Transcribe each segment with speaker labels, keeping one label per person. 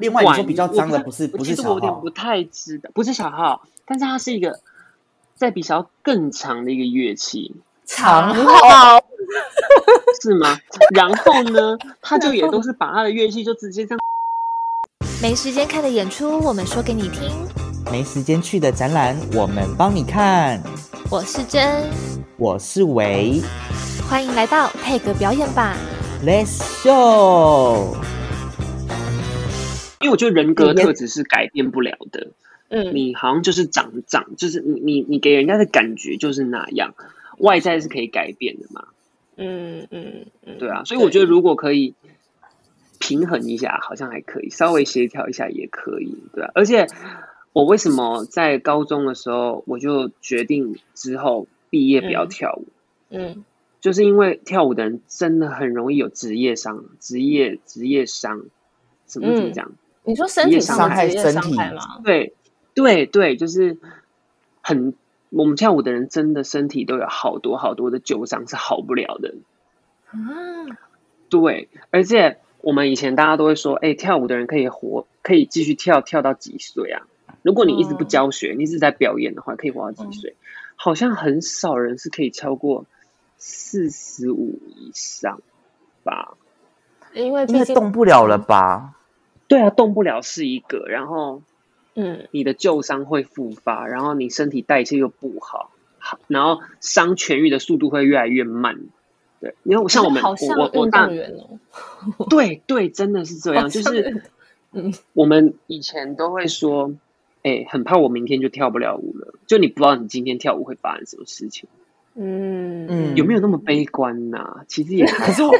Speaker 1: 另外你说比较脏的不是不是
Speaker 2: 其实
Speaker 1: 小
Speaker 2: 我有点
Speaker 1: 号
Speaker 2: 不，太知道，不是小号，但是它是一个在比小号更长的一个乐器，
Speaker 3: 长
Speaker 4: 好，
Speaker 2: 是吗？然后呢，他就也都是把他的乐器就直接这样。
Speaker 4: 没时间看的演出，我们说给你听。
Speaker 5: 没时间去的展览，我们帮你看。
Speaker 4: 我是真，
Speaker 5: 我是维
Speaker 4: 欢迎来到配个表演吧。
Speaker 5: ，Let's show。
Speaker 2: 因为我觉得人格特质是改变不了的，
Speaker 3: 嗯，
Speaker 2: 你好像就是长长，就是你你你给人家的感觉就是那样，外在是可以改变的嘛，
Speaker 3: 嗯嗯嗯，
Speaker 2: 对啊，所以我觉得如果可以平衡一下，好像还可以，稍微协调一下也可以，对啊，而且我为什么在高中的时候我就决定之后毕业不要
Speaker 3: 嗯
Speaker 2: 跳舞，
Speaker 3: 嗯
Speaker 2: 就是因为跳舞的人真的很容易有职业伤、职业职业伤，怎么怎么
Speaker 3: 嗯
Speaker 2: 讲？
Speaker 3: 你说身体上的
Speaker 2: 伤害
Speaker 3: 职业
Speaker 5: 身
Speaker 3: 伤
Speaker 5: 体
Speaker 3: 害吗？
Speaker 2: 对对对，就是很我们跳舞的人真的身体都有好多好多的旧伤是好不了的。
Speaker 4: 啊，
Speaker 2: 对，而且我们以前大家都会说，哎、跳舞的人可以活，可以继续跳跳到几岁啊？如果你一直不
Speaker 3: 嗯
Speaker 2: 教学，你一直在表演的话，可以活到几岁？好像很少人是可以超过四十五以上吧。
Speaker 3: 因为
Speaker 5: 应
Speaker 3: 毕
Speaker 5: 该
Speaker 3: 竟
Speaker 5: 动不了了吧？
Speaker 2: 对啊，动不了是一个，然后
Speaker 3: 嗯
Speaker 2: 你的旧伤会复发，然后你身体代谢又不好，好然后伤痊愈的速度会越来越慢。对，因为像我们，
Speaker 3: 好像
Speaker 2: 我我我
Speaker 3: 运
Speaker 2: 大
Speaker 3: 动员哦，
Speaker 2: 对对，真的是这样，
Speaker 3: 好
Speaker 2: 就
Speaker 3: 像运
Speaker 2: 是
Speaker 3: 动嗯
Speaker 2: 我们以前都会说，哎，很怕我明天就跳不了舞了，就你不知道你今天跳舞会发生什么事情，
Speaker 3: 嗯
Speaker 5: 嗯
Speaker 2: 有没有那么悲观呐、其实也 还
Speaker 5: 可是我，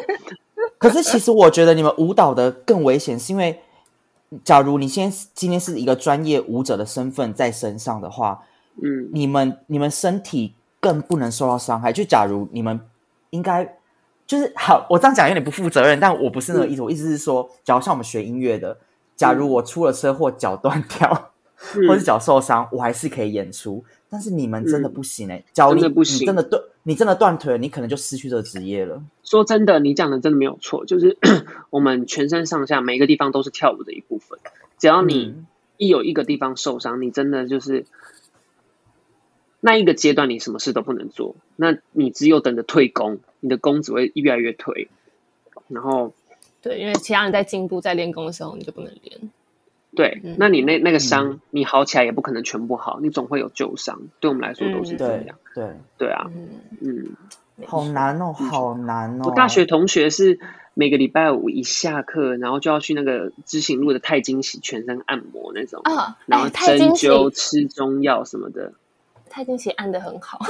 Speaker 5: 可是其实我觉得你们舞蹈的更危险，是因为假如你先今天是一个专业舞者的身份在身上的话，
Speaker 2: 嗯，
Speaker 5: 你们你们身体更不能受到伤害。就假如你们应该就是好，我这样讲有点不负责任，但我不是那个意思。我意思是说，假如像我们学音乐的，假如我出了车祸脚断掉，或是
Speaker 2: 嗯
Speaker 5: 脚受伤，我还是可以演出。但是你们真的
Speaker 2: 嗯
Speaker 5: 不行哎、假如你
Speaker 2: 真的不行
Speaker 5: 你真的断，你真的断腿了，你可能就失去这个职业了。
Speaker 2: 说真的，你讲的真的没有错，就是 我们全身上下每个地方都是跳舞的一部分，只要你。
Speaker 5: 嗯
Speaker 2: 一有一个地方受伤，你真的就是那一个阶段，你什么事都不能做，那你只有等着退工，你的工只会越来越退。然后
Speaker 3: 对，因为其他人在进步在练功的时候，你就不能练。
Speaker 2: 对，
Speaker 3: 嗯
Speaker 2: 那你那那个伤，
Speaker 5: 嗯
Speaker 2: 你好起来也不可能全部好，你总会有旧伤。对我们来说都是这
Speaker 5: 对
Speaker 2: 样，
Speaker 5: 对，
Speaker 2: 对啊，
Speaker 3: 嗯，
Speaker 2: 嗯。
Speaker 5: 好难哦，好难哦。
Speaker 2: 我大学同学是每个礼拜五一下课，然后就要去那个知行路的太惊喜全身按摩那种，
Speaker 3: 啊，
Speaker 2: 然后
Speaker 3: 哎，太
Speaker 2: 针
Speaker 3: 惊喜，
Speaker 2: 灸、吃中药什么的，
Speaker 3: 太惊喜按的很好，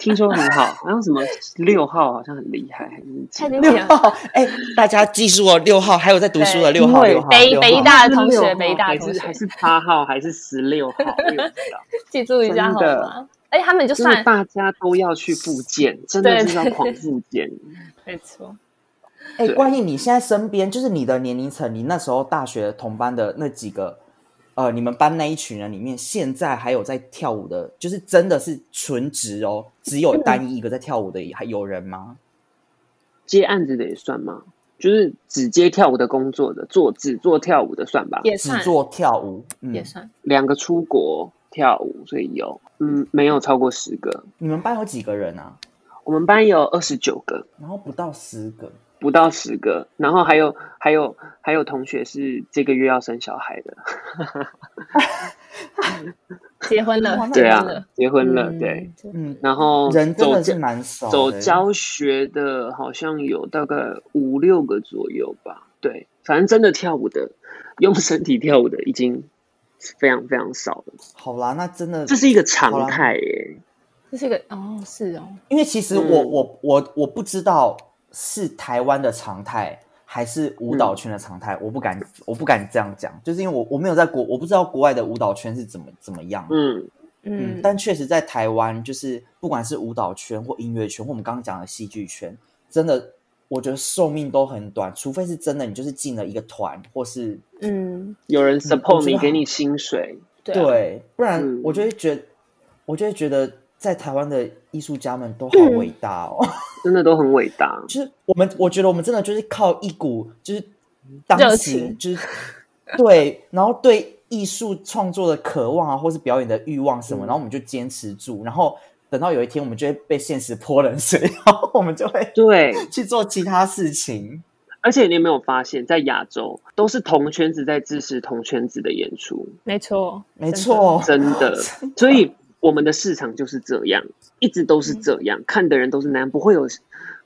Speaker 2: 听说很好，好像什么六号好像很厉害，还是几啊
Speaker 3: 太惊
Speaker 5: 六
Speaker 3: 喜了。
Speaker 5: 号，哎、大家记住哦，六号还有在读书的六号，
Speaker 2: 对
Speaker 5: 六号，
Speaker 3: 北
Speaker 5: 六号
Speaker 3: 北医大的同
Speaker 2: 是
Speaker 3: 学，
Speaker 2: 六
Speaker 3: 北医
Speaker 2: 号
Speaker 3: 大
Speaker 2: 还
Speaker 3: 的同
Speaker 2: 是
Speaker 3: 学，
Speaker 2: 还是八号还是十六号，我也不知道。
Speaker 3: 记住一下好
Speaker 2: 真的
Speaker 3: 吗？哎，他们就
Speaker 2: 就是
Speaker 3: 算
Speaker 2: 大家都要去复健，真的是要狂复健。
Speaker 3: 没错，
Speaker 5: 哎、
Speaker 2: 对
Speaker 5: 关于你现在身边，就是你的年龄层，你那时候大学同班的那几个，呃，你们班那一群人里面，现在还有在跳舞的，就是真的是纯职哦，只有单一一个在跳舞的，还有人吗？
Speaker 2: 接案子的也算吗？就是只接跳舞的工作的，做只做跳舞的算吧。
Speaker 3: 也
Speaker 5: 只
Speaker 3: 算
Speaker 5: 做跳舞，嗯
Speaker 3: 也，算，
Speaker 2: 两个出国跳舞，所以有嗯，没有超过十个。
Speaker 5: 你们班有几个人啊？
Speaker 2: 我们班有二十九个，
Speaker 5: 然后不到十个，
Speaker 2: 不到十个。然后还有还有还有同学是这个月要生小孩的，
Speaker 3: 结婚了
Speaker 5: 哇，那
Speaker 3: 结
Speaker 2: 对
Speaker 3: 婚
Speaker 2: 啊
Speaker 3: 了，，
Speaker 2: 结婚了，
Speaker 3: 嗯
Speaker 2: 对。，
Speaker 5: 嗯，
Speaker 2: 然后
Speaker 5: 人真
Speaker 2: 走
Speaker 5: 的
Speaker 2: 这
Speaker 5: 是蛮少的，欸
Speaker 2: 走教学的，好像有大概五六个左右吧。对，反正真的跳舞的，用身体跳舞的已经非常非常少了，
Speaker 5: 好啦，那真的
Speaker 2: 这是一个
Speaker 5: 好
Speaker 2: 常
Speaker 5: 啦
Speaker 2: 态耶。
Speaker 3: 这是一个哦，是哦，
Speaker 5: 因为其实我、
Speaker 2: 嗯
Speaker 5: 我我我不知道是台湾的常态还是
Speaker 2: 嗯
Speaker 5: 舞蹈圈的常态，我不敢我不敢这样讲，就是因为我我没有在国，我不知道国外的舞蹈圈是怎么怎么样。
Speaker 2: 嗯，
Speaker 5: 嗯
Speaker 3: 嗯，，
Speaker 5: 但确实在台湾，就是不管是舞蹈圈或音乐圈，或我们刚刚讲的戏剧圈，真的我觉得寿命都很短，除非是真的你就是进了一个团，或是
Speaker 3: 嗯，
Speaker 2: 有人 support
Speaker 5: 我觉
Speaker 2: 你，
Speaker 5: 得
Speaker 2: 给你薪水，
Speaker 3: 对啊，
Speaker 5: 对，不然
Speaker 2: 嗯
Speaker 5: 我就会觉得，我就会觉得在台湾的艺术家们 都好伟大哦。
Speaker 2: 真的都很伟大。
Speaker 5: 就是我们，我觉得我们真的就是靠一股就是当
Speaker 3: 热
Speaker 5: 时
Speaker 3: 情
Speaker 5: 就是对，然后对艺术创作的渴望啊，或是表演的欲望什么，
Speaker 2: 嗯
Speaker 5: 然后我们就坚持住，然后等到有一天我们就会被现实泼冷水，然后我们就会
Speaker 2: 对，
Speaker 5: 去做其他事情。
Speaker 2: 而且你有没有发现，在亚洲都是同圈子在支持同圈子的演出，
Speaker 3: 没错，
Speaker 5: 没错，
Speaker 2: 真的，
Speaker 5: 哦
Speaker 2: 所以我们的市场就是这样，一直都
Speaker 5: 嗯
Speaker 2: 是这样，看的人都是那样，不会有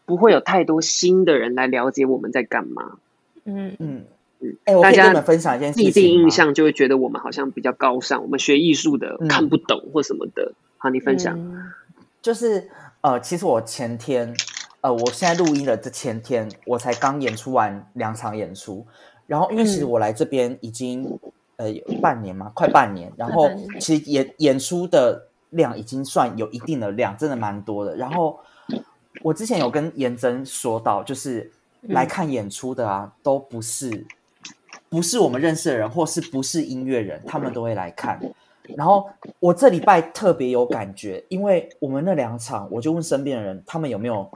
Speaker 2: 不会有太多新的人来了解我们在干嘛，
Speaker 3: 真的，嗯，
Speaker 5: 嗯
Speaker 2: 嗯，
Speaker 5: 哎、我可
Speaker 2: 大
Speaker 5: 以
Speaker 2: 家
Speaker 5: 跟你们分享一件事
Speaker 2: 既
Speaker 5: 情
Speaker 2: 定印
Speaker 5: 吗
Speaker 2: 象就会觉得我们好像比较高尚，我们学艺术的
Speaker 5: 嗯
Speaker 2: 看不懂或什么的。好，你分享。
Speaker 3: 嗯
Speaker 5: 就是呃，其实我前天，呃，我现在录音的这前天，我才刚演出完两场演出，然后因为其实
Speaker 3: 嗯
Speaker 5: 我来这边已经、呃有半年嘛，快半年，然后
Speaker 3: 快半年
Speaker 5: 其实演演出的量已经算有一定的量，真的蛮多的。然后我之前有跟妍珍说到，就是来
Speaker 3: 嗯
Speaker 5: 看演出的啊，都不是不是我们认识的人，或是不是音乐人，他们都会来看。然后我这礼拜特别有感觉，因为我们那两场，我就问身边的人，他们有没有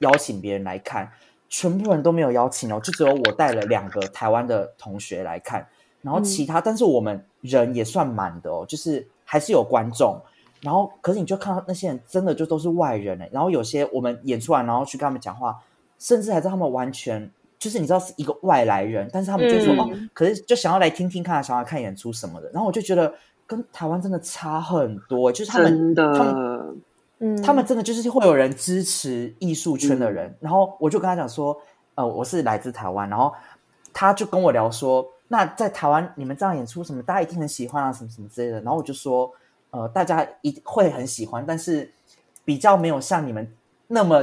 Speaker 5: 邀请别人来看，全部人都没有邀请哦，就只有我带了两个台湾的同学来看，然后其他，但是我们人也算满的哦，就是还是有观众。然后，可是你就看到那些人真的就都是外人哎、然后有些我们演出完，然后去跟他们讲话，甚至还是他们完全就是你知道是一个外来人，但是他们就说、
Speaker 3: 嗯
Speaker 5: 哦，可是就想要来听听看，想要看演出什么的。然后我就觉得跟台湾真的差很多欸、就是他
Speaker 2: 真
Speaker 5: 们他们
Speaker 2: 的，
Speaker 3: 嗯
Speaker 5: 他们真的就是会有人支持艺术圈的人。然后我就跟他讲说，呃，我是来自台湾，然后他就跟我聊说，那在台湾你们这样演出什么，大家一定很喜欢啊，什么什么之类的。然后我就说，呃，大家一会很喜欢，但是比较没有像你们那么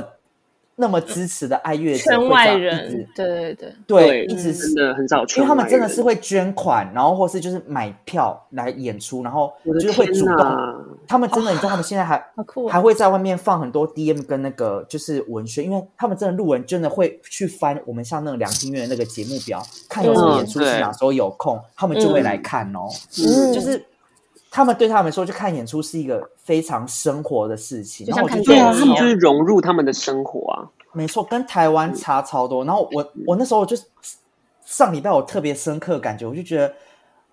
Speaker 5: 那么支持的爱乐者
Speaker 3: 圈
Speaker 5: 会这
Speaker 3: 外
Speaker 5: 样一
Speaker 3: 人
Speaker 5: 直，
Speaker 3: 对对对，嗯
Speaker 5: 对，
Speaker 2: 对嗯
Speaker 5: 一直是
Speaker 2: 真的很少圈
Speaker 5: 因为他们
Speaker 2: 外
Speaker 5: 真的
Speaker 2: 人
Speaker 5: 是会捐款，然后或是就是买票来演出，然后
Speaker 2: 我的
Speaker 5: 就是会
Speaker 2: 天
Speaker 5: 主
Speaker 2: 哪
Speaker 5: 动。他们真的，你知道他们现在还、
Speaker 3: 好酷哦
Speaker 5: 还会在外面放很多 DM 跟那个就是文宣，因为他们真的路人真的会去翻我们像那个良心院的那个节目表，看有什么演出
Speaker 2: 嗯
Speaker 5: 是
Speaker 2: 对
Speaker 5: 哪时候有空，他们就会来看哦。
Speaker 2: 嗯
Speaker 5: 就是他们对他们来说，就看演出是一个非常生活的事情。
Speaker 3: 就
Speaker 5: 然后
Speaker 3: 像
Speaker 5: 我就
Speaker 3: 看
Speaker 5: 觉
Speaker 2: 对
Speaker 5: 得哦
Speaker 2: 啊，
Speaker 3: 嗯
Speaker 2: 他们就是融入他们的生活啊。
Speaker 5: 没错，跟台湾差超多。然后
Speaker 2: 嗯
Speaker 5: 我我那时候就是上礼拜我特别深刻的感觉，我就觉得，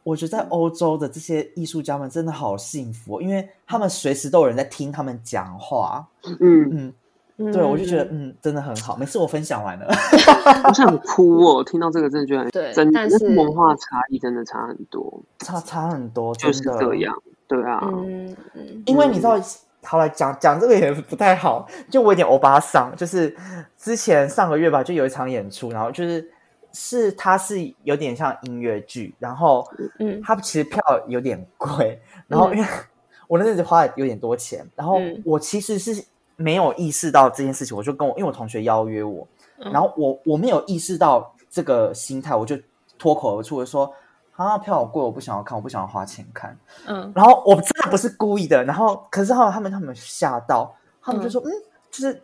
Speaker 5: 我觉得在欧洲的这些艺术家们真的好幸福哦、因为他们随时都有人在听他们讲话。
Speaker 2: 嗯，
Speaker 5: 嗯，
Speaker 3: 嗯
Speaker 5: 对，我就觉得嗯，真的很好。每次我分享完了，
Speaker 2: 我想哭哦，听到这个真的觉得很
Speaker 3: 对
Speaker 2: 真
Speaker 3: 但
Speaker 2: 那
Speaker 3: 是
Speaker 2: 文化差异真的差很多，
Speaker 5: 差差很多，真
Speaker 2: 就
Speaker 5: 的
Speaker 2: 是这。样。对啊，
Speaker 3: 嗯嗯
Speaker 5: 因为你知道，好了，讲讲这个也不太好，就我有点欧巴桑，就是之前上个月吧，就有一场演出，然后就是是它是有点像音乐剧，然后
Speaker 3: 嗯
Speaker 5: 它其实票有点贵，然后因为我那阵子花了有点多钱，然后
Speaker 3: 嗯
Speaker 5: 我其实是没有意识到这件事情，我就跟我因为我同学邀约我，
Speaker 3: 嗯
Speaker 5: 然后我我没有意识到这个心态，我就脱口而出我就说。啊，票好贵，我不想要看，我不想要花钱看。
Speaker 3: 嗯，
Speaker 5: 然后我真的不是故意的，然后可是后来他们他们吓到，他们就说嗯就是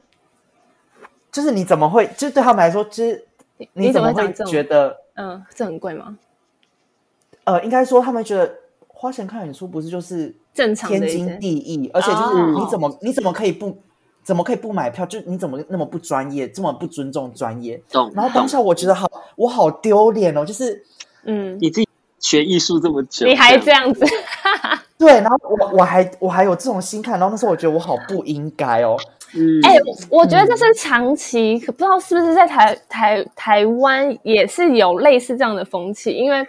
Speaker 5: 就是你怎么会，就是对他们来说，就是
Speaker 3: 你
Speaker 5: 你
Speaker 3: 你
Speaker 5: 怎
Speaker 3: 么
Speaker 5: 么会
Speaker 3: 会讲这种
Speaker 5: 觉得
Speaker 3: 嗯，这很贵吗？
Speaker 5: 呃，应该说他们觉得花钱看演出不是就是
Speaker 3: 正常的
Speaker 5: 天
Speaker 3: 一
Speaker 5: 经
Speaker 3: 些
Speaker 5: 地义，而且就是
Speaker 3: 哦
Speaker 5: 你怎么、你怎么可以不怎么可以不买票，就你怎么那么不专业，这么不尊重专业？
Speaker 2: 懂。
Speaker 5: 然后当
Speaker 2: 懂
Speaker 5: 下我觉得好，我好丢脸哦，就是。
Speaker 3: 嗯，
Speaker 2: 你自己学艺术这么久，
Speaker 3: 你还
Speaker 2: 这
Speaker 3: 这
Speaker 2: 样
Speaker 3: 样子，
Speaker 5: 对，然后我我还我还有这种心态，然后那时候我觉得我好不应该哦，
Speaker 2: 嗯，
Speaker 3: 哎、我觉得这是长期，可不知道是不是在台台台湾也是有类似这样的风气，因为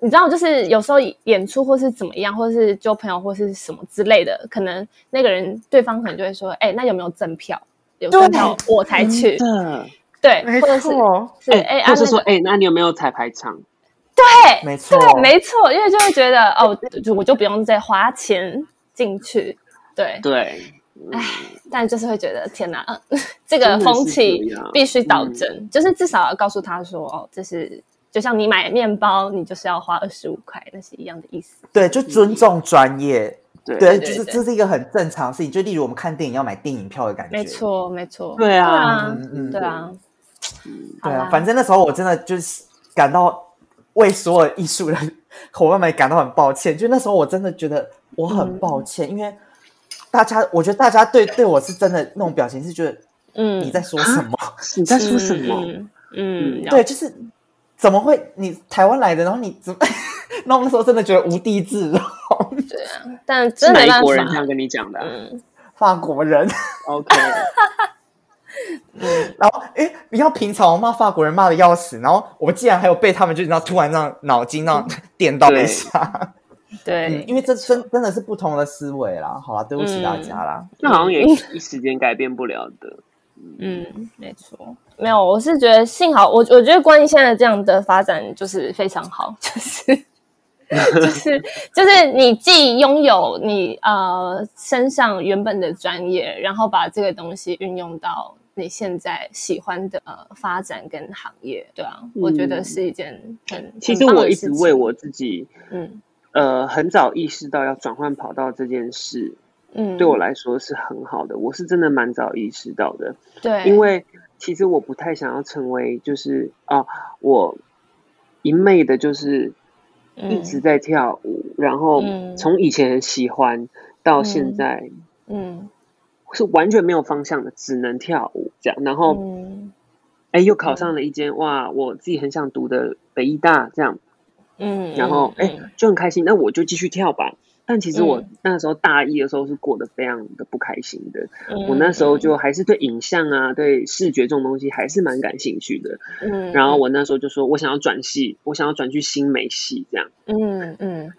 Speaker 3: 你知道，就是有时候演出或是怎么样，或是交朋友或是什么之类的，可能那个人对方可能就会说，哎、那有没有赠票？有赠票我才去，
Speaker 2: 的，
Speaker 3: 对，或者是是哎、
Speaker 2: 嗯哎，
Speaker 3: 啊
Speaker 2: 或者
Speaker 3: 那
Speaker 2: 说，
Speaker 3: 个
Speaker 2: 哎，那你有没有彩排场？
Speaker 3: 对，
Speaker 5: 没错，
Speaker 3: 对，没错，因为就会觉得哦，就我就不用再花钱进去，对，
Speaker 2: 对，
Speaker 3: 但就是会觉得天哪， 呃这个风
Speaker 2: 真的
Speaker 3: 气
Speaker 2: 是这样
Speaker 3: 必须导正，就是至少要告诉他说，哦，这是就像你买面包，你就是要花二十五块，那是一样的意思。
Speaker 5: 对，就尊重专业，
Speaker 2: 对
Speaker 5: 对，
Speaker 3: 嗯对
Speaker 5: 就是
Speaker 3: 对
Speaker 5: 这是一个很正常的事情。就例如我们看电影要买电影票的感觉，
Speaker 3: 没，错，没错，
Speaker 2: 对啊
Speaker 3: 啊，
Speaker 5: 嗯
Speaker 3: 对啊，好
Speaker 5: 对啊
Speaker 3: 啦。
Speaker 5: 反正那时候我真的就是感到为所有艺术人 伙伴们感到很抱歉。就那时候我真的觉得我很
Speaker 3: 嗯
Speaker 5: 抱歉，因为大家，我觉得大家对对我是真的那种表情是觉得
Speaker 3: 嗯，
Speaker 5: 你在说什么？
Speaker 2: 你在说什么？
Speaker 3: 嗯？嗯，嗯
Speaker 5: 对，就是怎么会你台湾来的，然后你怎么？ 那我那时候真的觉得无地自容，
Speaker 3: 但
Speaker 2: 是
Speaker 3: 真的
Speaker 2: 哪
Speaker 3: 没
Speaker 2: 一国人
Speaker 3: 办
Speaker 2: 这
Speaker 3: 法。
Speaker 2: 样跟你讲 的啊、
Speaker 3: 嗯，
Speaker 5: 法国人。
Speaker 2: o k
Speaker 5: 然后，哎，你要平常我骂法国人骂的要死，然后我竟然还有被他们就你知道突然让脑筋让电到一下，嗯
Speaker 3: 对，
Speaker 5: 因为这真真的是不同的思维啦。好啦，对不起大家啦，
Speaker 2: 那好像
Speaker 5: 嗯
Speaker 2: 也一时间改变不了的。
Speaker 3: 嗯，没错。没有，我是觉得幸好我我觉得关于现在这样的发展就是非常好，就是 就是就是你既拥有你呃身上原本的专业，然后把这个东西运用到你现在喜欢的呃发展跟行业，对啊，我觉得是一件很
Speaker 2: 嗯其实
Speaker 3: 很
Speaker 2: 我
Speaker 3: 棒的
Speaker 2: 一
Speaker 3: 事
Speaker 2: 直
Speaker 3: 情
Speaker 2: 为我自己，
Speaker 3: 嗯
Speaker 2: 呃，很早意识到要转换跑道这件事，
Speaker 3: 嗯
Speaker 2: 对我来说是很好的。我是真的蛮早意识到的，
Speaker 3: 对，
Speaker 2: 因为其实我不太想要成为，就是啊，我一昧的就是一直在跳舞，然后
Speaker 3: 嗯
Speaker 2: 从以前很喜欢到现
Speaker 3: 嗯
Speaker 2: 在
Speaker 3: 嗯
Speaker 2: 是完全没有方向的，只能跳舞这样。然后，
Speaker 3: 嗯
Speaker 2: 哎、又考上了一间哇，我自己很想读的北医大这样，
Speaker 3: 嗯，
Speaker 2: 然后哎、
Speaker 3: 嗯
Speaker 2: 就很开心，那我就继续跳吧。但其实我
Speaker 3: 嗯
Speaker 2: 那时候大一的时候是过得非常的不开心的，
Speaker 3: 嗯
Speaker 2: 我那时候就还是对影像啊、对视觉这种东西还是蛮感兴趣的。
Speaker 3: 嗯，
Speaker 2: 然后我那时候就说我想要转系，我想要转去新美系这样，
Speaker 3: 嗯 嗯嗯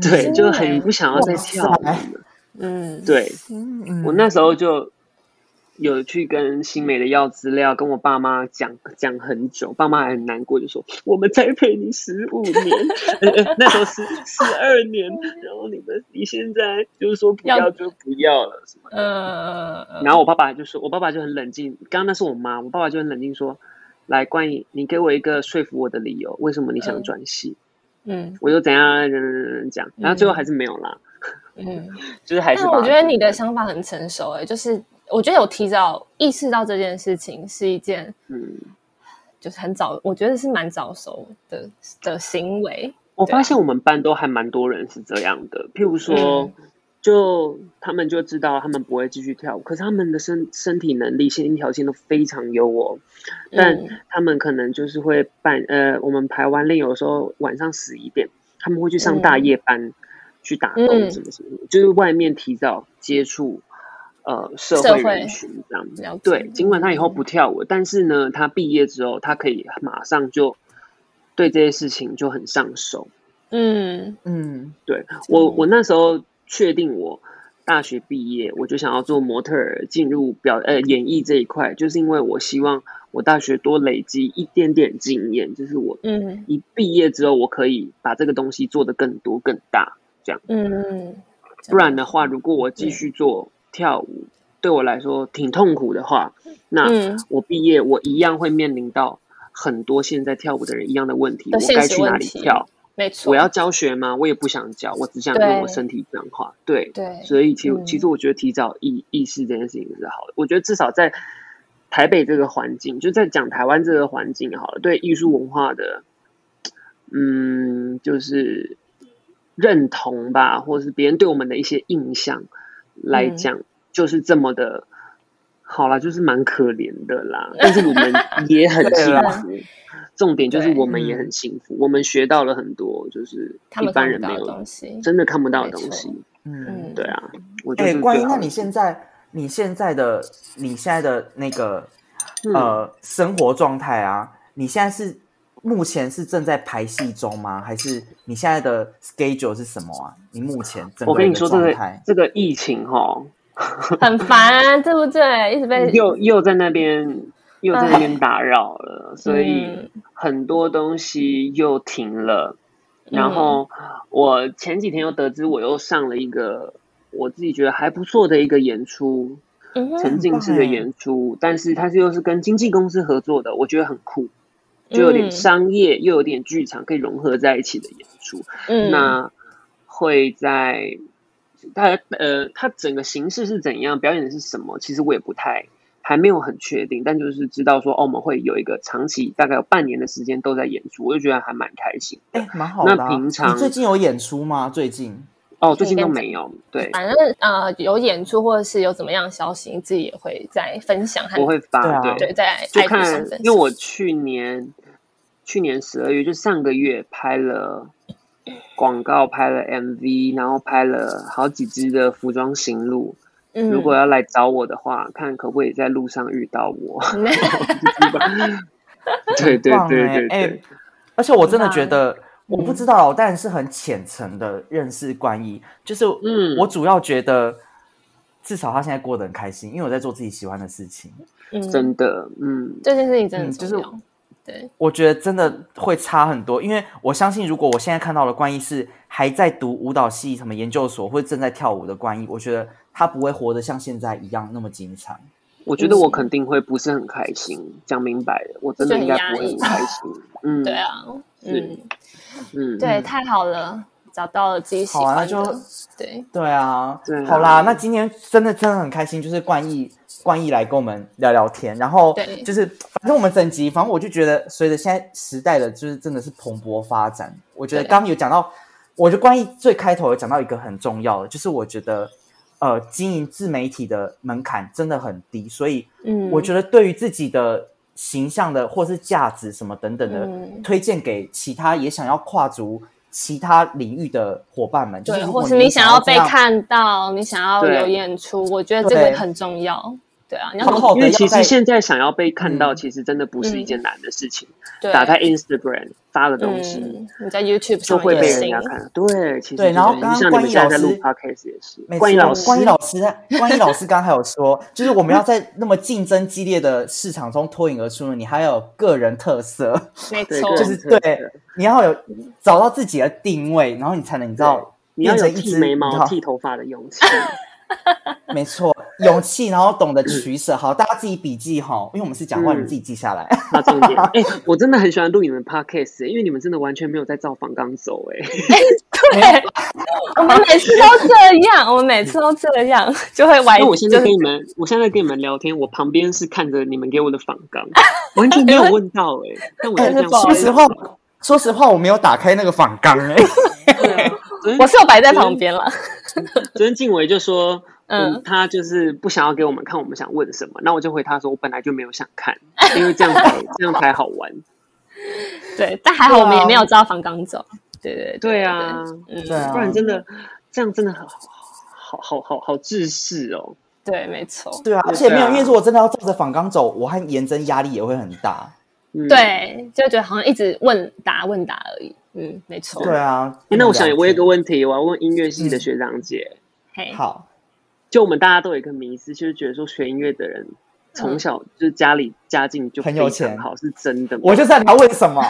Speaker 2: 对，
Speaker 3: 新
Speaker 2: 就
Speaker 3: 美
Speaker 2: 很不想要再
Speaker 5: 哇
Speaker 2: 跳舞
Speaker 5: 塞
Speaker 2: 了。
Speaker 3: 嗯，
Speaker 2: 对
Speaker 5: 嗯嗯
Speaker 2: 我那时候就有去跟新美的要资料，跟我爸妈讲讲很久，爸妈还很难过，就说我们栽培你十五 年，呃呃那时候是十二年，然后你们你现在就是说不要
Speaker 3: 要
Speaker 2: 就不要了什么的。
Speaker 3: 呃，嗯
Speaker 2: 然后我爸爸就说，我爸爸就很冷静，刚刚那是我妈，我爸爸就很冷静说，来关于你给我一个说服我的理由，为什么你想
Speaker 3: 嗯
Speaker 2: 转系？
Speaker 3: 嗯
Speaker 2: 我就怎样怎样怎样怎样讲，然后最后还是没有啦，
Speaker 3: 嗯，
Speaker 2: 就是还是
Speaker 3: 但
Speaker 2: 把
Speaker 3: 我觉得你的想法很成熟哎、就是我觉得有提早意识到这件事情是一件
Speaker 2: 嗯。
Speaker 3: 就是很早，我觉得是蛮早熟的的行为。
Speaker 2: 我
Speaker 3: 对
Speaker 2: 发
Speaker 3: 啊
Speaker 2: 现我们班都还蛮多人是这样的，譬如说，
Speaker 3: 嗯
Speaker 2: 就他们就知道他们不会继续跳舞，可是他们的身身体能力、线条线都非常优哦，但
Speaker 3: 嗯
Speaker 2: 他们可能就是会办呃，我们排完练有时候晚上十一点，他们会去上大
Speaker 3: 嗯
Speaker 2: 夜班、去打工，
Speaker 3: 嗯
Speaker 2: 什么什么，就是外面提早接触呃社
Speaker 3: 社
Speaker 2: 会
Speaker 3: 会
Speaker 2: 人群这样子。
Speaker 3: 了解
Speaker 2: 对，尽管他以后不跳舞，但是呢，他毕业之后，他可以马上就对这些事情就很上手。
Speaker 3: 嗯
Speaker 5: 嗯，
Speaker 2: 对我，我那时候确定我大学毕业，我就想要做模特儿，进入表呃演艺这一块，就是因为我希望我大学多累积一点点经验，就是我
Speaker 3: 嗯
Speaker 2: 一毕业之后，我可以把这个东西做得更多更大。
Speaker 3: 嗯，
Speaker 2: 不然的话，如果我继续做跳舞，对我来说挺痛苦的话，那
Speaker 3: 嗯
Speaker 2: 我毕业我一样会面临到很多现在跳舞的人一样的问题，
Speaker 3: 的
Speaker 2: 我
Speaker 3: 现
Speaker 2: 该
Speaker 3: 实
Speaker 2: 去哪
Speaker 3: 问
Speaker 2: 里
Speaker 3: 题
Speaker 2: 跳？
Speaker 3: 没错，
Speaker 2: 我要教学吗？我也不想教，我只想用我
Speaker 3: 对
Speaker 2: 身体讲话。对，
Speaker 3: 对
Speaker 2: 所以其实、
Speaker 3: 嗯
Speaker 2: 其实我觉得提早意意识这件事情是好的。我觉得至少在台北这个环境，就在讲台湾这个环境好了，对艺术文化的，嗯，就是认同吧，或是别人对我们的一些印象来
Speaker 3: 嗯
Speaker 2: 讲，就是这么的。好啦，就是蛮可怜的啦，但是我们也 很
Speaker 5: 对
Speaker 2: 幸
Speaker 5: 啦
Speaker 2: 福。重点就是
Speaker 3: 对
Speaker 2: 我们也
Speaker 5: 嗯
Speaker 2: 很幸福，我们学到了很多，就是
Speaker 3: 他
Speaker 2: 一
Speaker 3: 们
Speaker 2: 般
Speaker 3: 看
Speaker 2: 人
Speaker 3: 不
Speaker 2: 没
Speaker 3: 到
Speaker 2: 有
Speaker 3: 的东西。
Speaker 2: 真的看不到的
Speaker 3: 没
Speaker 2: 东
Speaker 3: 错
Speaker 2: 西。
Speaker 5: 嗯
Speaker 3: 嗯，
Speaker 2: 对 啊，我觉
Speaker 5: 哎、
Speaker 2: 得
Speaker 5: 关于
Speaker 2: 最好
Speaker 5: 那
Speaker 2: 的
Speaker 5: 你现在你现在的你现在的那个、
Speaker 2: 嗯
Speaker 5: 呃生活状态啊，你现在是目前是正在排戏中吗？还是你现在的 schedule 是什么啊？你目前整
Speaker 2: 我
Speaker 5: 个
Speaker 2: 跟
Speaker 5: 人
Speaker 2: 你
Speaker 5: 的
Speaker 2: 说，这
Speaker 5: 状
Speaker 2: 个
Speaker 5: 态，
Speaker 2: 这个疫情哈，
Speaker 3: 很烦，对不对？一 直被
Speaker 2: 又又在那边又在那边打扰了，所以
Speaker 3: 嗯
Speaker 2: 很多东西又停了。然后我前几天又得知，我又上了一个我自己觉得还不错的一个演出，
Speaker 3: 嗯哼
Speaker 2: 沉浸式的
Speaker 5: 哎
Speaker 2: 演出，但是它是又是跟经纪公司合作的，我觉得很酷，就有点
Speaker 3: 嗯
Speaker 2: 商业又有点剧场可以融合在一起的演出。
Speaker 3: 嗯
Speaker 2: 那会在它呃，它整个形式是怎样，表演的是什么，其实我也不太还没有很确定，但就是知道说，哦，我们会有一个长期大概有半年的时间都在演出，我就觉得还蛮开心的。
Speaker 5: 哎、蛮好的啊、
Speaker 2: 那平常
Speaker 5: 你最近有演出吗？最近
Speaker 2: 哦，最近都没有，对，
Speaker 3: 反正呃有演出或者是有怎么样的消息，你自己也会再分享和
Speaker 2: 我会发
Speaker 5: 对啊
Speaker 2: 对
Speaker 3: 对在
Speaker 2: 就
Speaker 3: IG 上
Speaker 2: 看
Speaker 3: 分享，
Speaker 2: 因为我去年去年十二月，就上个月拍了广告，拍了 MV，然后拍了好几支的服装行路。
Speaker 3: 嗯，
Speaker 2: 如果要来找我的话，看可不可以在路上遇到我。 对对
Speaker 5: 棒
Speaker 2: 对
Speaker 5: 欸
Speaker 2: 对
Speaker 5: 欸
Speaker 2: 对，嗯
Speaker 5: 而且我真的
Speaker 3: 很棒
Speaker 5: 觉得，我不知道，我当然是很浅层的认识关毅，就是
Speaker 2: 嗯
Speaker 5: 我主要觉得，至少他现在过得很开心，因为我在做自己喜欢的事情。
Speaker 3: 嗯
Speaker 2: 真的，嗯，
Speaker 3: 这件事情真的
Speaker 5: 嗯
Speaker 3: 重
Speaker 5: 就
Speaker 3: 要
Speaker 5: 是
Speaker 3: 对，
Speaker 5: 我觉得真的会差很多，因为我相信，如果我现在看到的关毅是还在读舞蹈系、什么研究所或者正在跳舞的关毅，我觉得他不会活得像现在一样那么精彩。
Speaker 2: 我觉得我肯定会不是很开心。讲明白了，我真的应该不会很开心。 嗯，
Speaker 3: 对，啊，
Speaker 2: 是
Speaker 3: 嗯，
Speaker 2: 嗯，
Speaker 3: 对，太好了，找到了自己喜
Speaker 5: 好啊
Speaker 3: 欢
Speaker 5: 那就
Speaker 3: 的，对，
Speaker 5: 对啊，
Speaker 2: 对啊
Speaker 5: 好啦，那今天真的真的很开心，就是冠毅冠毅来跟我们聊聊天，然后
Speaker 3: 对
Speaker 5: 就是反正我们整集，反正我就觉得随着现在时代的就是真的是蓬勃发展，我觉得
Speaker 3: 对
Speaker 5: 刚刚有讲到，我觉得冠毅最开头有讲到一个很重要的，就是我觉得呃经营自媒体的门槛真的很低，所以
Speaker 3: 嗯，
Speaker 5: 我觉得对于自己的形象的或是价值什么等等的，
Speaker 3: 嗯
Speaker 5: 推荐给其他也想要跨足其他领域的伙伴们，就是
Speaker 3: 对，
Speaker 5: 如
Speaker 3: 或
Speaker 5: 果
Speaker 3: 是你
Speaker 5: 想
Speaker 3: 想要
Speaker 5: 这
Speaker 3: 被
Speaker 5: 样
Speaker 3: 看到，你想要
Speaker 2: 对
Speaker 3: 有演出，我觉得这
Speaker 5: 对
Speaker 3: 个很重要。对啊，你要
Speaker 5: 好好
Speaker 2: 因
Speaker 5: 的
Speaker 2: 为
Speaker 5: 要
Speaker 2: 其实
Speaker 5: 在
Speaker 2: 现在想要被看到，
Speaker 5: 嗯
Speaker 2: 其实真的不是一件难的事情。
Speaker 3: 嗯对
Speaker 2: 打开 Instagram 发的东西，
Speaker 3: 嗯，你在 YouTube
Speaker 2: 就
Speaker 3: 上
Speaker 2: 会
Speaker 3: 也
Speaker 2: 被人
Speaker 3: 行
Speaker 2: 家看。对，其实
Speaker 5: 对
Speaker 2: 就
Speaker 5: 然后
Speaker 2: 是
Speaker 5: 刚刚
Speaker 2: 像你
Speaker 5: 关
Speaker 2: 们
Speaker 5: 毅
Speaker 2: 现在
Speaker 5: 老
Speaker 2: 在录
Speaker 5: 师
Speaker 2: podcast 也是，
Speaker 5: 没错
Speaker 2: 关毅老师，
Speaker 5: 关毅老师，啊关毅老师刚才有说，就是我们要在那么竞争激烈的市场中脱颖而出呢，你还要有个人特色，
Speaker 3: 没
Speaker 2: 对
Speaker 3: 错，
Speaker 5: 就是
Speaker 2: 对
Speaker 5: 对，你要有找到自己的定位，然后你才能你知道，
Speaker 2: 你要有
Speaker 5: 变成一
Speaker 2: 剃
Speaker 5: 只
Speaker 2: 眉
Speaker 5: 你知
Speaker 2: 毛、
Speaker 5: 道
Speaker 2: 剃头发的勇气。
Speaker 5: 没错，勇气，然后懂得取舍。好，大家自己笔记哈，因为我们是讲话，
Speaker 2: 嗯
Speaker 5: 你们自己记下来。
Speaker 2: 画重点。哎、我真的很喜欢录你们的 podcast，、因为你们真的完全没有在照仿纲走、哎，
Speaker 3: 对， 我们每次都这样，我们每次都这样，就会歪。
Speaker 2: 因为我现在
Speaker 3: 就是
Speaker 2: 跟你们，我现在跟你们聊天，我旁边是看着你们给我的仿纲，完全没有问到、哎，但我就 这样
Speaker 3: 不好
Speaker 5: 说
Speaker 3: 意
Speaker 5: 实话，说实话，我没有打开那个仿纲 哎、
Speaker 2: 对啊昨
Speaker 3: 我
Speaker 2: 天
Speaker 3: 是有摆在旁边了。
Speaker 2: 昨天静伟就说。
Speaker 3: 嗯
Speaker 2: 嗯，他就是不想要给我们看我们想问什么，那我就回他说，我本来就没有想看，因为这样才这样才好玩。
Speaker 3: 对，但还好我们
Speaker 5: 对啊
Speaker 3: 也没有照房刚走。对对
Speaker 2: 对啊，
Speaker 3: 嗯，
Speaker 5: 对啊
Speaker 2: 不然真的这样真的好好好好好自私哦。
Speaker 3: 对，没错，
Speaker 5: 对啊，而且没有，因为如果真的要照着仿纲走，我和颜真压力也会很大。
Speaker 2: 嗯，
Speaker 3: 对，就觉得好像一直问答问答而已。嗯，没错。
Speaker 5: 对啊，
Speaker 2: 诶哎欸那我想我有一个
Speaker 5: 问
Speaker 2: 问题，我要问音乐系的
Speaker 5: 嗯
Speaker 2: 学长姐，
Speaker 3: 嘿，
Speaker 5: 好，
Speaker 2: 就我们大家都有一个迷思，就是觉得说学音乐的人从小就是家里家境就
Speaker 5: 嗯很有
Speaker 2: 非常
Speaker 5: 钱
Speaker 2: 好，是真的吗？
Speaker 5: 我就知道你要问什么。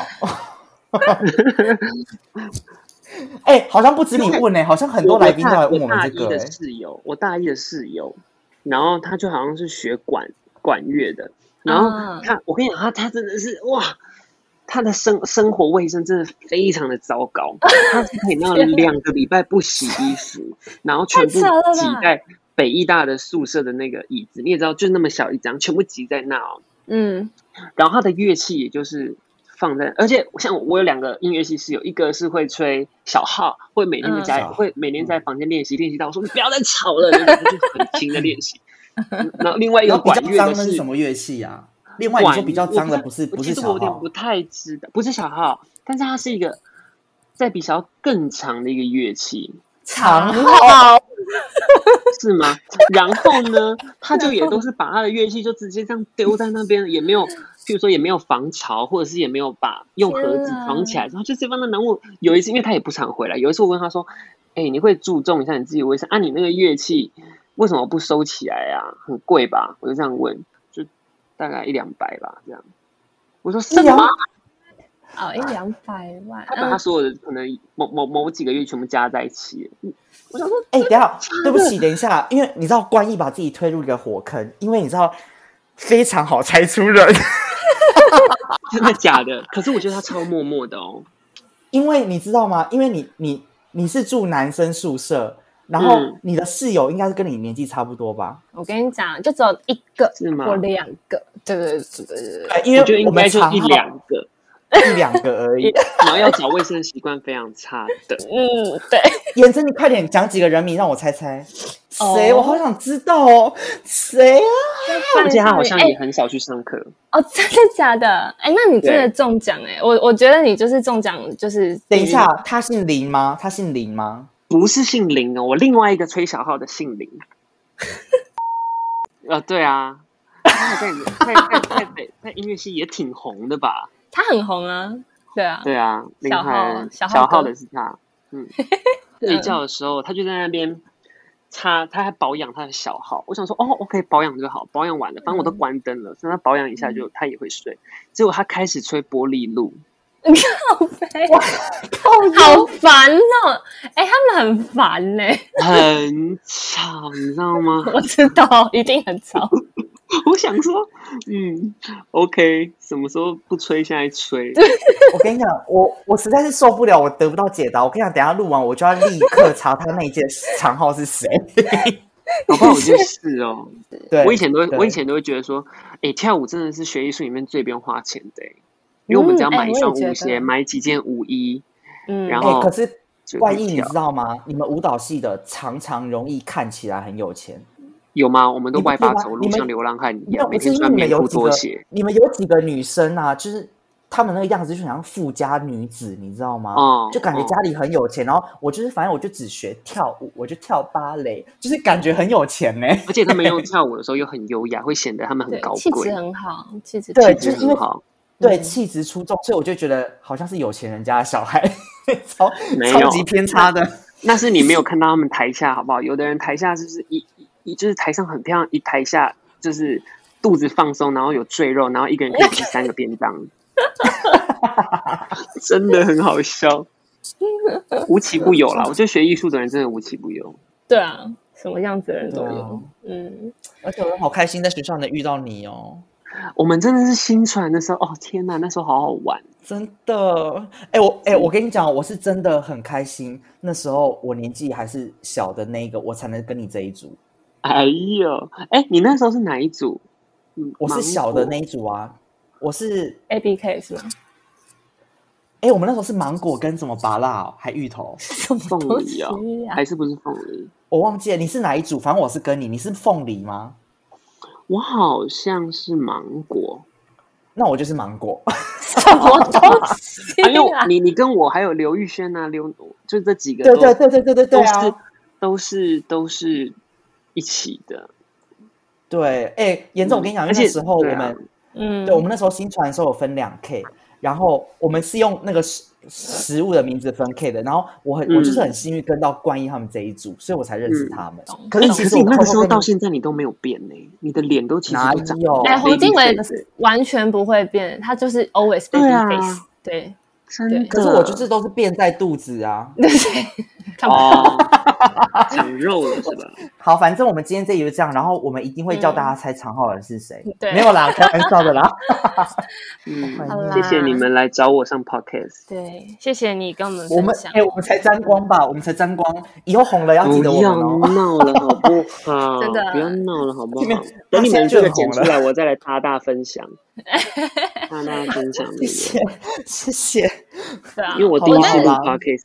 Speaker 5: 哎、好像不止你问呢、好像很多来宾都来问
Speaker 2: 我
Speaker 5: 们
Speaker 2: 大
Speaker 5: 这
Speaker 2: 一
Speaker 5: 个、
Speaker 2: 的
Speaker 5: 欸。
Speaker 2: 室友，我大一的室友，然后他就好像是学管管乐的，然
Speaker 3: 啊
Speaker 2: 后他，我跟你讲，他他真的是哇。他的生生活卫生真的非常的糟糕，他是可以那种两个礼拜不洗衣服，然后全部
Speaker 3: 太扯了吧
Speaker 2: 挤在北艺大的宿舍的那个椅子，你也知道，就那么小一张，全部挤在那哦。
Speaker 3: 嗯，
Speaker 2: 然后他的乐器也就是放在，而且像我我有两个音乐系室友，一个是会吹小号，会每天在家、
Speaker 5: 嗯
Speaker 2: 会每天在房间练习，练习到我说你不要再吵 了，然后就很勤的练习。 然后另外一
Speaker 5: 然
Speaker 2: 个
Speaker 5: 后比
Speaker 2: 管
Speaker 5: 较
Speaker 2: 乐
Speaker 5: 脏
Speaker 2: 的
Speaker 5: 的是
Speaker 2: 是
Speaker 5: 什么乐器啊？另外
Speaker 2: 管
Speaker 5: 你说比较脏的
Speaker 2: 我
Speaker 5: 不是
Speaker 2: 我
Speaker 5: 不
Speaker 2: 其
Speaker 5: 是
Speaker 2: 实
Speaker 5: 小
Speaker 2: 我有点
Speaker 5: 号
Speaker 2: 不，太知道，不是小号，但是它是一个在比小号更长的一个乐器，
Speaker 5: 长
Speaker 3: 好，
Speaker 2: 是吗？ 然后呢，他就也都是把他的乐器就直接这样丢在那边，也没有，譬如说也没有防潮，或者是也没有把用盒子
Speaker 3: 天啊
Speaker 2: 装起来，然后就这方的人物有一次，因为他也不常回来，有一次我问他说：“哎、你会注重一下你自己的卫生啊？你那个乐器为什么不收起来啊？很贵吧？”我就这样问，就大概一两百吧，这样。我说什
Speaker 5: 两
Speaker 3: 啊
Speaker 2: 么？
Speaker 3: 哦，一两百万，嗯
Speaker 2: 他把他所有的可能某某某几个月全部加在一起，我想说
Speaker 5: 哎、等一下，对不起，等一下，因为你知道关毅把自己推入一个火坑，因为你知道非常好猜出人，
Speaker 2: 真的假的？可是我觉得他超默默的哦。
Speaker 5: 因为你知道吗？因为你你你是住男生宿舍，然后
Speaker 2: 嗯
Speaker 5: 你的室友应该是跟你年纪差不多吧？
Speaker 3: 我跟你讲，就只有一个
Speaker 2: 是吗
Speaker 3: 或两个，对对对对对对，
Speaker 5: 对，因
Speaker 2: 我觉得
Speaker 5: 为
Speaker 2: 应
Speaker 5: 们
Speaker 2: 该就
Speaker 5: 常
Speaker 2: 一
Speaker 5: 号
Speaker 2: 两个，
Speaker 5: 一两个而 已。
Speaker 2: 然后要找卫生习惯非 常差的，
Speaker 3: 嗯，对，
Speaker 5: 眼睁，你快点讲几个人名让我猜猜，
Speaker 3: 哦
Speaker 5: 谁？我好想知道哦，谁啊？
Speaker 2: 而且他好像
Speaker 3: 哎
Speaker 2: 也很少去上课。
Speaker 3: 哦，真的假的？哎，那你真的中奖哎、我我觉得你就是中奖，就是
Speaker 5: 等一下，他姓林吗？他姓林吗？
Speaker 2: 不是姓林哦，我另外一个吹小号的姓 林。呃，对啊，他在在在在在在音乐系也挺红的吧？
Speaker 3: 他很红啊，对啊，
Speaker 2: 对啊，林
Speaker 3: 小号
Speaker 2: 涵
Speaker 3: 小号
Speaker 2: 小号
Speaker 3: 哥
Speaker 2: 的是他，嗯，睡觉的时候他就在那边擦，他还保养他的小号。我想说，哦，OK，保养就好，保养完了，反正我都
Speaker 3: 嗯
Speaker 2: 关灯了，所以他保养一下就他也会睡。结果他开始吹玻璃露，
Speaker 3: 哦好烦哦！哎、他们很烦呢、
Speaker 2: 很吵，你知道吗？
Speaker 3: 我知道，一定很吵。
Speaker 2: 我想说，嗯，OK，什么时候不吹，现在吹。
Speaker 5: 我跟你讲， 我我实在是受不了，我得不到解答。我跟你讲，等一下录完我就要立刻查他那一届长号是 谁。
Speaker 2: 搞不好我就是哦。
Speaker 5: 对，
Speaker 2: 我以前都会，
Speaker 5: 对
Speaker 2: 我以前都会觉得说，哎、跳舞真的是学艺术里面最不用花钱的、欸因为我们只要
Speaker 3: 嗯哎
Speaker 2: 买一双
Speaker 3: 我也
Speaker 2: 舞
Speaker 3: 觉
Speaker 2: 鞋，
Speaker 3: 得
Speaker 2: 买几件舞衣，
Speaker 3: 嗯，
Speaker 2: 然
Speaker 5: 哎、
Speaker 2: 后
Speaker 5: 可是
Speaker 2: 就可
Speaker 5: 万
Speaker 2: 以
Speaker 5: 一你
Speaker 2: 跳
Speaker 5: 知道吗？你们舞蹈系的常常容易看起来很有钱，
Speaker 2: 有吗？我们都
Speaker 5: 你不
Speaker 2: 外八
Speaker 5: 知道
Speaker 2: 走
Speaker 5: 你
Speaker 2: 路，
Speaker 5: 们
Speaker 2: 像流浪汉一
Speaker 5: 没有
Speaker 2: 样，每
Speaker 5: 不是
Speaker 2: 天
Speaker 5: 因为
Speaker 2: 穿
Speaker 5: 你们
Speaker 2: 棉
Speaker 5: 有
Speaker 2: 裤
Speaker 5: 几
Speaker 2: 拖
Speaker 5: 个
Speaker 2: 鞋。，
Speaker 5: 你们有几个女生啊，就是她们那个样子，就像富家女子，你知道吗？
Speaker 2: 哦
Speaker 5: 就感觉
Speaker 2: 哦
Speaker 5: 家里很有钱，然后我就是反正我就只学跳舞，我就跳芭蕾，就是感觉很有钱呢、
Speaker 2: 而且他们用跳舞的时候又很优雅，会显得他们很
Speaker 3: 对
Speaker 2: 高，
Speaker 3: 气质
Speaker 2: 贵，
Speaker 3: 很好，气质
Speaker 5: 对
Speaker 2: 气
Speaker 5: 就
Speaker 2: 质
Speaker 5: 是因为
Speaker 2: 很好。
Speaker 5: 对，
Speaker 3: 嗯
Speaker 5: 气质出众，所以我就觉得好像是有钱人家的小孩， 超
Speaker 2: 没有
Speaker 5: 超级偏差的。
Speaker 2: 那是你没有看到他们台下，好不好？有的人台下就是一一一就是台上很漂亮，一台下就是肚子放松，然后有赘肉，然后一个人可以吃三个便当，真的很好笑，无奇不有 啦！我觉得学艺术的人真的无奇不有。
Speaker 3: 对啊，什么样子的人都
Speaker 5: 对
Speaker 3: 有。
Speaker 5: 啊
Speaker 3: 嗯，
Speaker 5: 而且我好开心在学校能遇到你哦，
Speaker 2: 我们真的是新传的时候，哦天哪，那时候好好玩，
Speaker 5: 真的。哎，我
Speaker 2: 嗯
Speaker 5: 哎，我跟你讲，我是真的很开心。那时候我年纪还是小的那一个，我才能跟你这一组。
Speaker 2: 哎呦，哎，你那时候是哪一组？嗯
Speaker 5: 我是小的
Speaker 2: 芒
Speaker 5: 那一组啊，我是
Speaker 3: A B K 是吗？
Speaker 5: 哎，我们那时候是芒果跟什么拔辣、哦，还芋头，
Speaker 3: 什么
Speaker 2: 凤
Speaker 3: 东
Speaker 2: 梨
Speaker 3: 西
Speaker 2: 啊果
Speaker 3: 啊？
Speaker 2: 还是不是凤梨？
Speaker 5: 我忘记了你是哪一组，反正我是跟你，你是凤梨吗？
Speaker 2: 我好像是芒果，
Speaker 5: 那我就是芒果。
Speaker 3: 什么东西
Speaker 2: 还有
Speaker 3: 啊？
Speaker 2: 你，你跟我还有刘玉轩啊，刘就这几个
Speaker 5: 对
Speaker 2: 都，
Speaker 5: 对对对对对对啊！
Speaker 2: 都是都是都是一起的。
Speaker 5: 对，哎、严总，
Speaker 2: 嗯
Speaker 5: 我跟你讲，
Speaker 2: 而
Speaker 5: 因
Speaker 2: 且
Speaker 5: 为那时候我
Speaker 2: 对啊
Speaker 5: 们，
Speaker 3: 嗯，
Speaker 5: 对我们那时候新传的时候有分两 K，然后我们是用那个食食物的名字分 K 的，然后我
Speaker 2: 嗯
Speaker 5: 很、我就是很幸运跟到冠一他们这一组，所以我才认识他们。
Speaker 3: 懂
Speaker 5: 可
Speaker 2: 哎
Speaker 5: 是
Speaker 2: 可
Speaker 5: 其
Speaker 2: 是
Speaker 5: 实
Speaker 2: 你
Speaker 5: 我
Speaker 2: 那个时候
Speaker 5: 跟
Speaker 2: 到
Speaker 5: 你
Speaker 2: 现在你都没有变呢、你的脸都其实
Speaker 5: 哪
Speaker 2: 都长
Speaker 5: 有
Speaker 3: 哎，洪
Speaker 2: 金
Speaker 3: 金伟
Speaker 5: 那是
Speaker 3: 完全不会变，他就是 always
Speaker 2: 对
Speaker 3: baby
Speaker 2: 啊
Speaker 3: face，对，
Speaker 2: 真
Speaker 3: 对
Speaker 2: 的，
Speaker 5: 可是我就是都是变在肚子啊。
Speaker 3: 看不到。
Speaker 2: 哦，长肉了是吧？
Speaker 5: 好，反正我们今天这集就这样，然后我们一定会叫大家猜常浩人是谁。
Speaker 3: 对
Speaker 5: 没有啦，开玩笑的啦。
Speaker 2: 嗯，
Speaker 5: 好
Speaker 3: 啦
Speaker 2: 谢谢你们来找我上 podcast，
Speaker 3: 对，谢谢你跟我们
Speaker 5: 我
Speaker 3: 分
Speaker 5: 们
Speaker 3: 享
Speaker 5: 哎、。我们才沾光吧，我们才沾光，以后红了要记
Speaker 2: 不
Speaker 5: 得我们
Speaker 2: 要
Speaker 5: 哦。
Speaker 2: 闹了好 不好？
Speaker 3: 真的
Speaker 2: 不要闹了好不
Speaker 5: 这边
Speaker 2: 好？等你
Speaker 5: 现在
Speaker 2: 们
Speaker 5: 就
Speaker 2: 这个
Speaker 5: 很
Speaker 2: 剪
Speaker 5: 红
Speaker 2: 出
Speaker 5: 了
Speaker 2: 来，我再来大大分 享，大大分享
Speaker 5: 谢
Speaker 2: 那个。
Speaker 5: 谢，谢谢。
Speaker 3: 对啊，
Speaker 2: 因为我第一
Speaker 5: 好
Speaker 2: 次录
Speaker 5: 吧好吧
Speaker 2: podcast，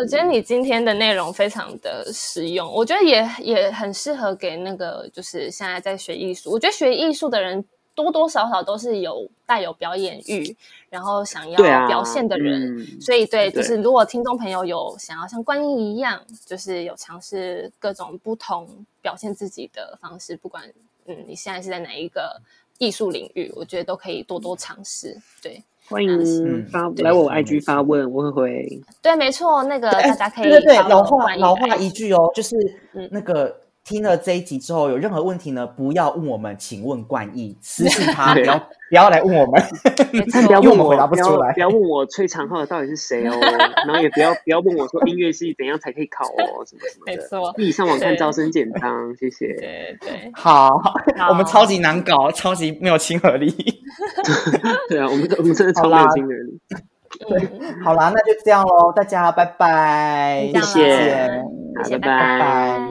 Speaker 3: 我觉得你今天的内容非常的实用，我觉得也也很适合给那个就是现在在学艺术，我觉得学艺术的人多多少少都是有带有表演欲，然后想要
Speaker 2: 对啊，
Speaker 3: 表现的人。
Speaker 2: 嗯
Speaker 3: 所以对，
Speaker 2: 对
Speaker 3: 就是如果听众朋友有想要像观音一样，就是有尝试各种不同表现自己的方式，不管嗯你现在是在哪一个艺术领域，我觉得都可以多多尝试。对
Speaker 2: 欢迎
Speaker 5: 嗯
Speaker 2: 发
Speaker 5: 对
Speaker 2: 来我
Speaker 5: 没错
Speaker 2: IG 发问，我会回。
Speaker 3: 对，没错，那个
Speaker 5: 哎
Speaker 3: 大家可以
Speaker 5: 对对对，
Speaker 3: follow
Speaker 5: 老话
Speaker 3: 观音哎
Speaker 5: 老
Speaker 3: 的
Speaker 5: 话
Speaker 3: IG
Speaker 5: 一句哦，就是
Speaker 3: 嗯
Speaker 5: 那个听了这一集之后，有任何问题呢，不要问我们，请问冠毅，私信他，不
Speaker 2: 对
Speaker 5: 要不要来问我 们。
Speaker 3: 没错
Speaker 2: 但不要
Speaker 5: 因为
Speaker 2: 问
Speaker 5: 我们回答不
Speaker 2: 不要
Speaker 5: 出来
Speaker 2: 不要问我崔长浩到底是谁哦， 然后也不要不要问我说音乐系怎样才可以考哦，什么什么
Speaker 3: 没
Speaker 2: 的。
Speaker 3: 错，
Speaker 2: 自己上网看
Speaker 3: 对
Speaker 2: 招生简章，谢谢。
Speaker 3: 对对，
Speaker 5: 好，
Speaker 3: 好
Speaker 5: 我们超级难搞，超级没有亲和力。
Speaker 2: 对啊，我们我们真的超
Speaker 5: 好
Speaker 2: 没
Speaker 5: 啦
Speaker 2: 有经人。
Speaker 3: 嗯，
Speaker 5: 好啦，那就这样喽，大家拜拜，
Speaker 3: 就
Speaker 2: 谢
Speaker 3: 这样啦
Speaker 2: 谢
Speaker 3: 谢谢，
Speaker 2: 好拜
Speaker 5: 拜